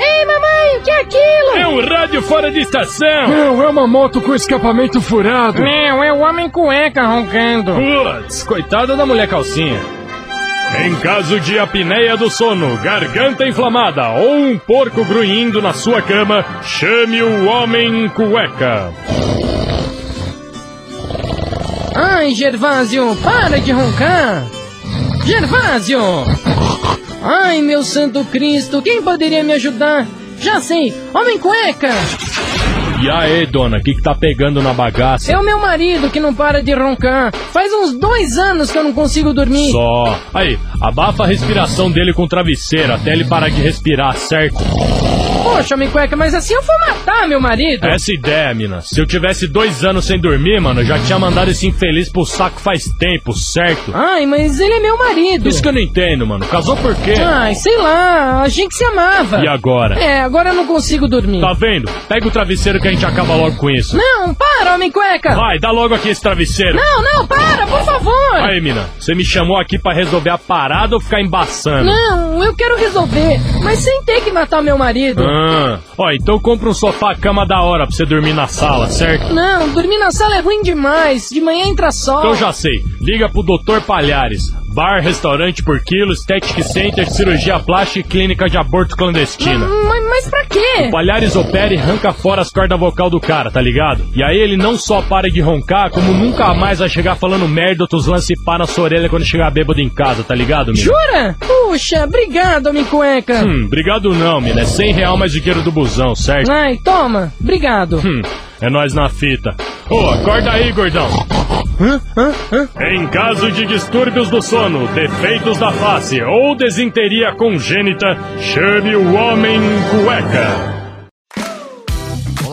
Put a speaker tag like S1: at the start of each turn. S1: Ei, mamãe, o que é aquilo?
S2: É um rádio fora de estação.
S3: Não, é uma moto com escapamento furado.
S4: Não, é o homem cueca roncando.
S2: Putz, coitada da mulher calcinha. Em caso de apneia do sono, garganta inflamada ou um porco grunhindo na sua cama, chame o homem cueca.
S4: Ai, Gervásio, para de roncar. Gervásio! Ai, meu santo Cristo, quem poderia me ajudar? Já sei, homem cueca.
S2: E aí, dona, o que, que tá pegando na bagaça?
S4: É o meu marido que não para de roncar. Faz uns dois anos que eu não consigo dormir.
S2: Só. Aí, abafa a respiração dele com o travesseiro até ele parar de respirar, certo?
S4: Poxa, homem cueca, mas assim eu vou matar meu marido.
S2: Essa ideia, mina. Se eu tivesse dois anos sem dormir, mano, eu já tinha mandado esse infeliz pro saco faz tempo, certo?
S4: Ai, mas ele é meu marido.
S2: Isso que eu não entendo, mano. Casou por quê?
S4: Ai, sei lá, a gente se amava.
S2: E agora?
S4: É, agora eu não consigo dormir.
S2: Tá vendo? Pega o travesseiro que a gente acaba logo com isso.
S4: Não, para, homem cueca.
S2: Vai, dá logo aqui esse travesseiro.
S4: Não, não, para, por favor.
S2: Aí, mina, você me chamou aqui pra resolver a parada ou ficar embaçando?
S4: Não, eu quero resolver, mas sem ter que matar meu marido.
S2: Ah, ó, então compra um sofá-cama da hora pra você dormir na sala, certo?
S4: Não, dormir na sala é ruim demais. De manhã entra sol.
S2: Então já sei, liga pro Dr. Palhares. Bar, restaurante por quilo, static center, cirurgia plástica e clínica de aborto clandestina.
S4: Hum, Mas, mas pra quê?
S2: O Palhares opera e arranca fora as cordas vocal do cara, tá ligado? E aí ele não só para de roncar, como nunca mais vai chegar falando merda, outros lance pá na sua orelha quando chegar bêbado em casa, tá ligado, mina?
S4: Jura? Puxa, obrigado, homem cueca.
S2: Hum, obrigado não, mina. É 100 real mais dinheiro do busão, certo?
S4: Ai, toma, obrigado.
S2: Hum, é nós na fita. Ô, acorda aí, gordão.
S3: Hã? Hã? Hã?
S2: Em caso de distúrbios do sono, defeitos da face ou desinteria congênita, chame o homem cueca.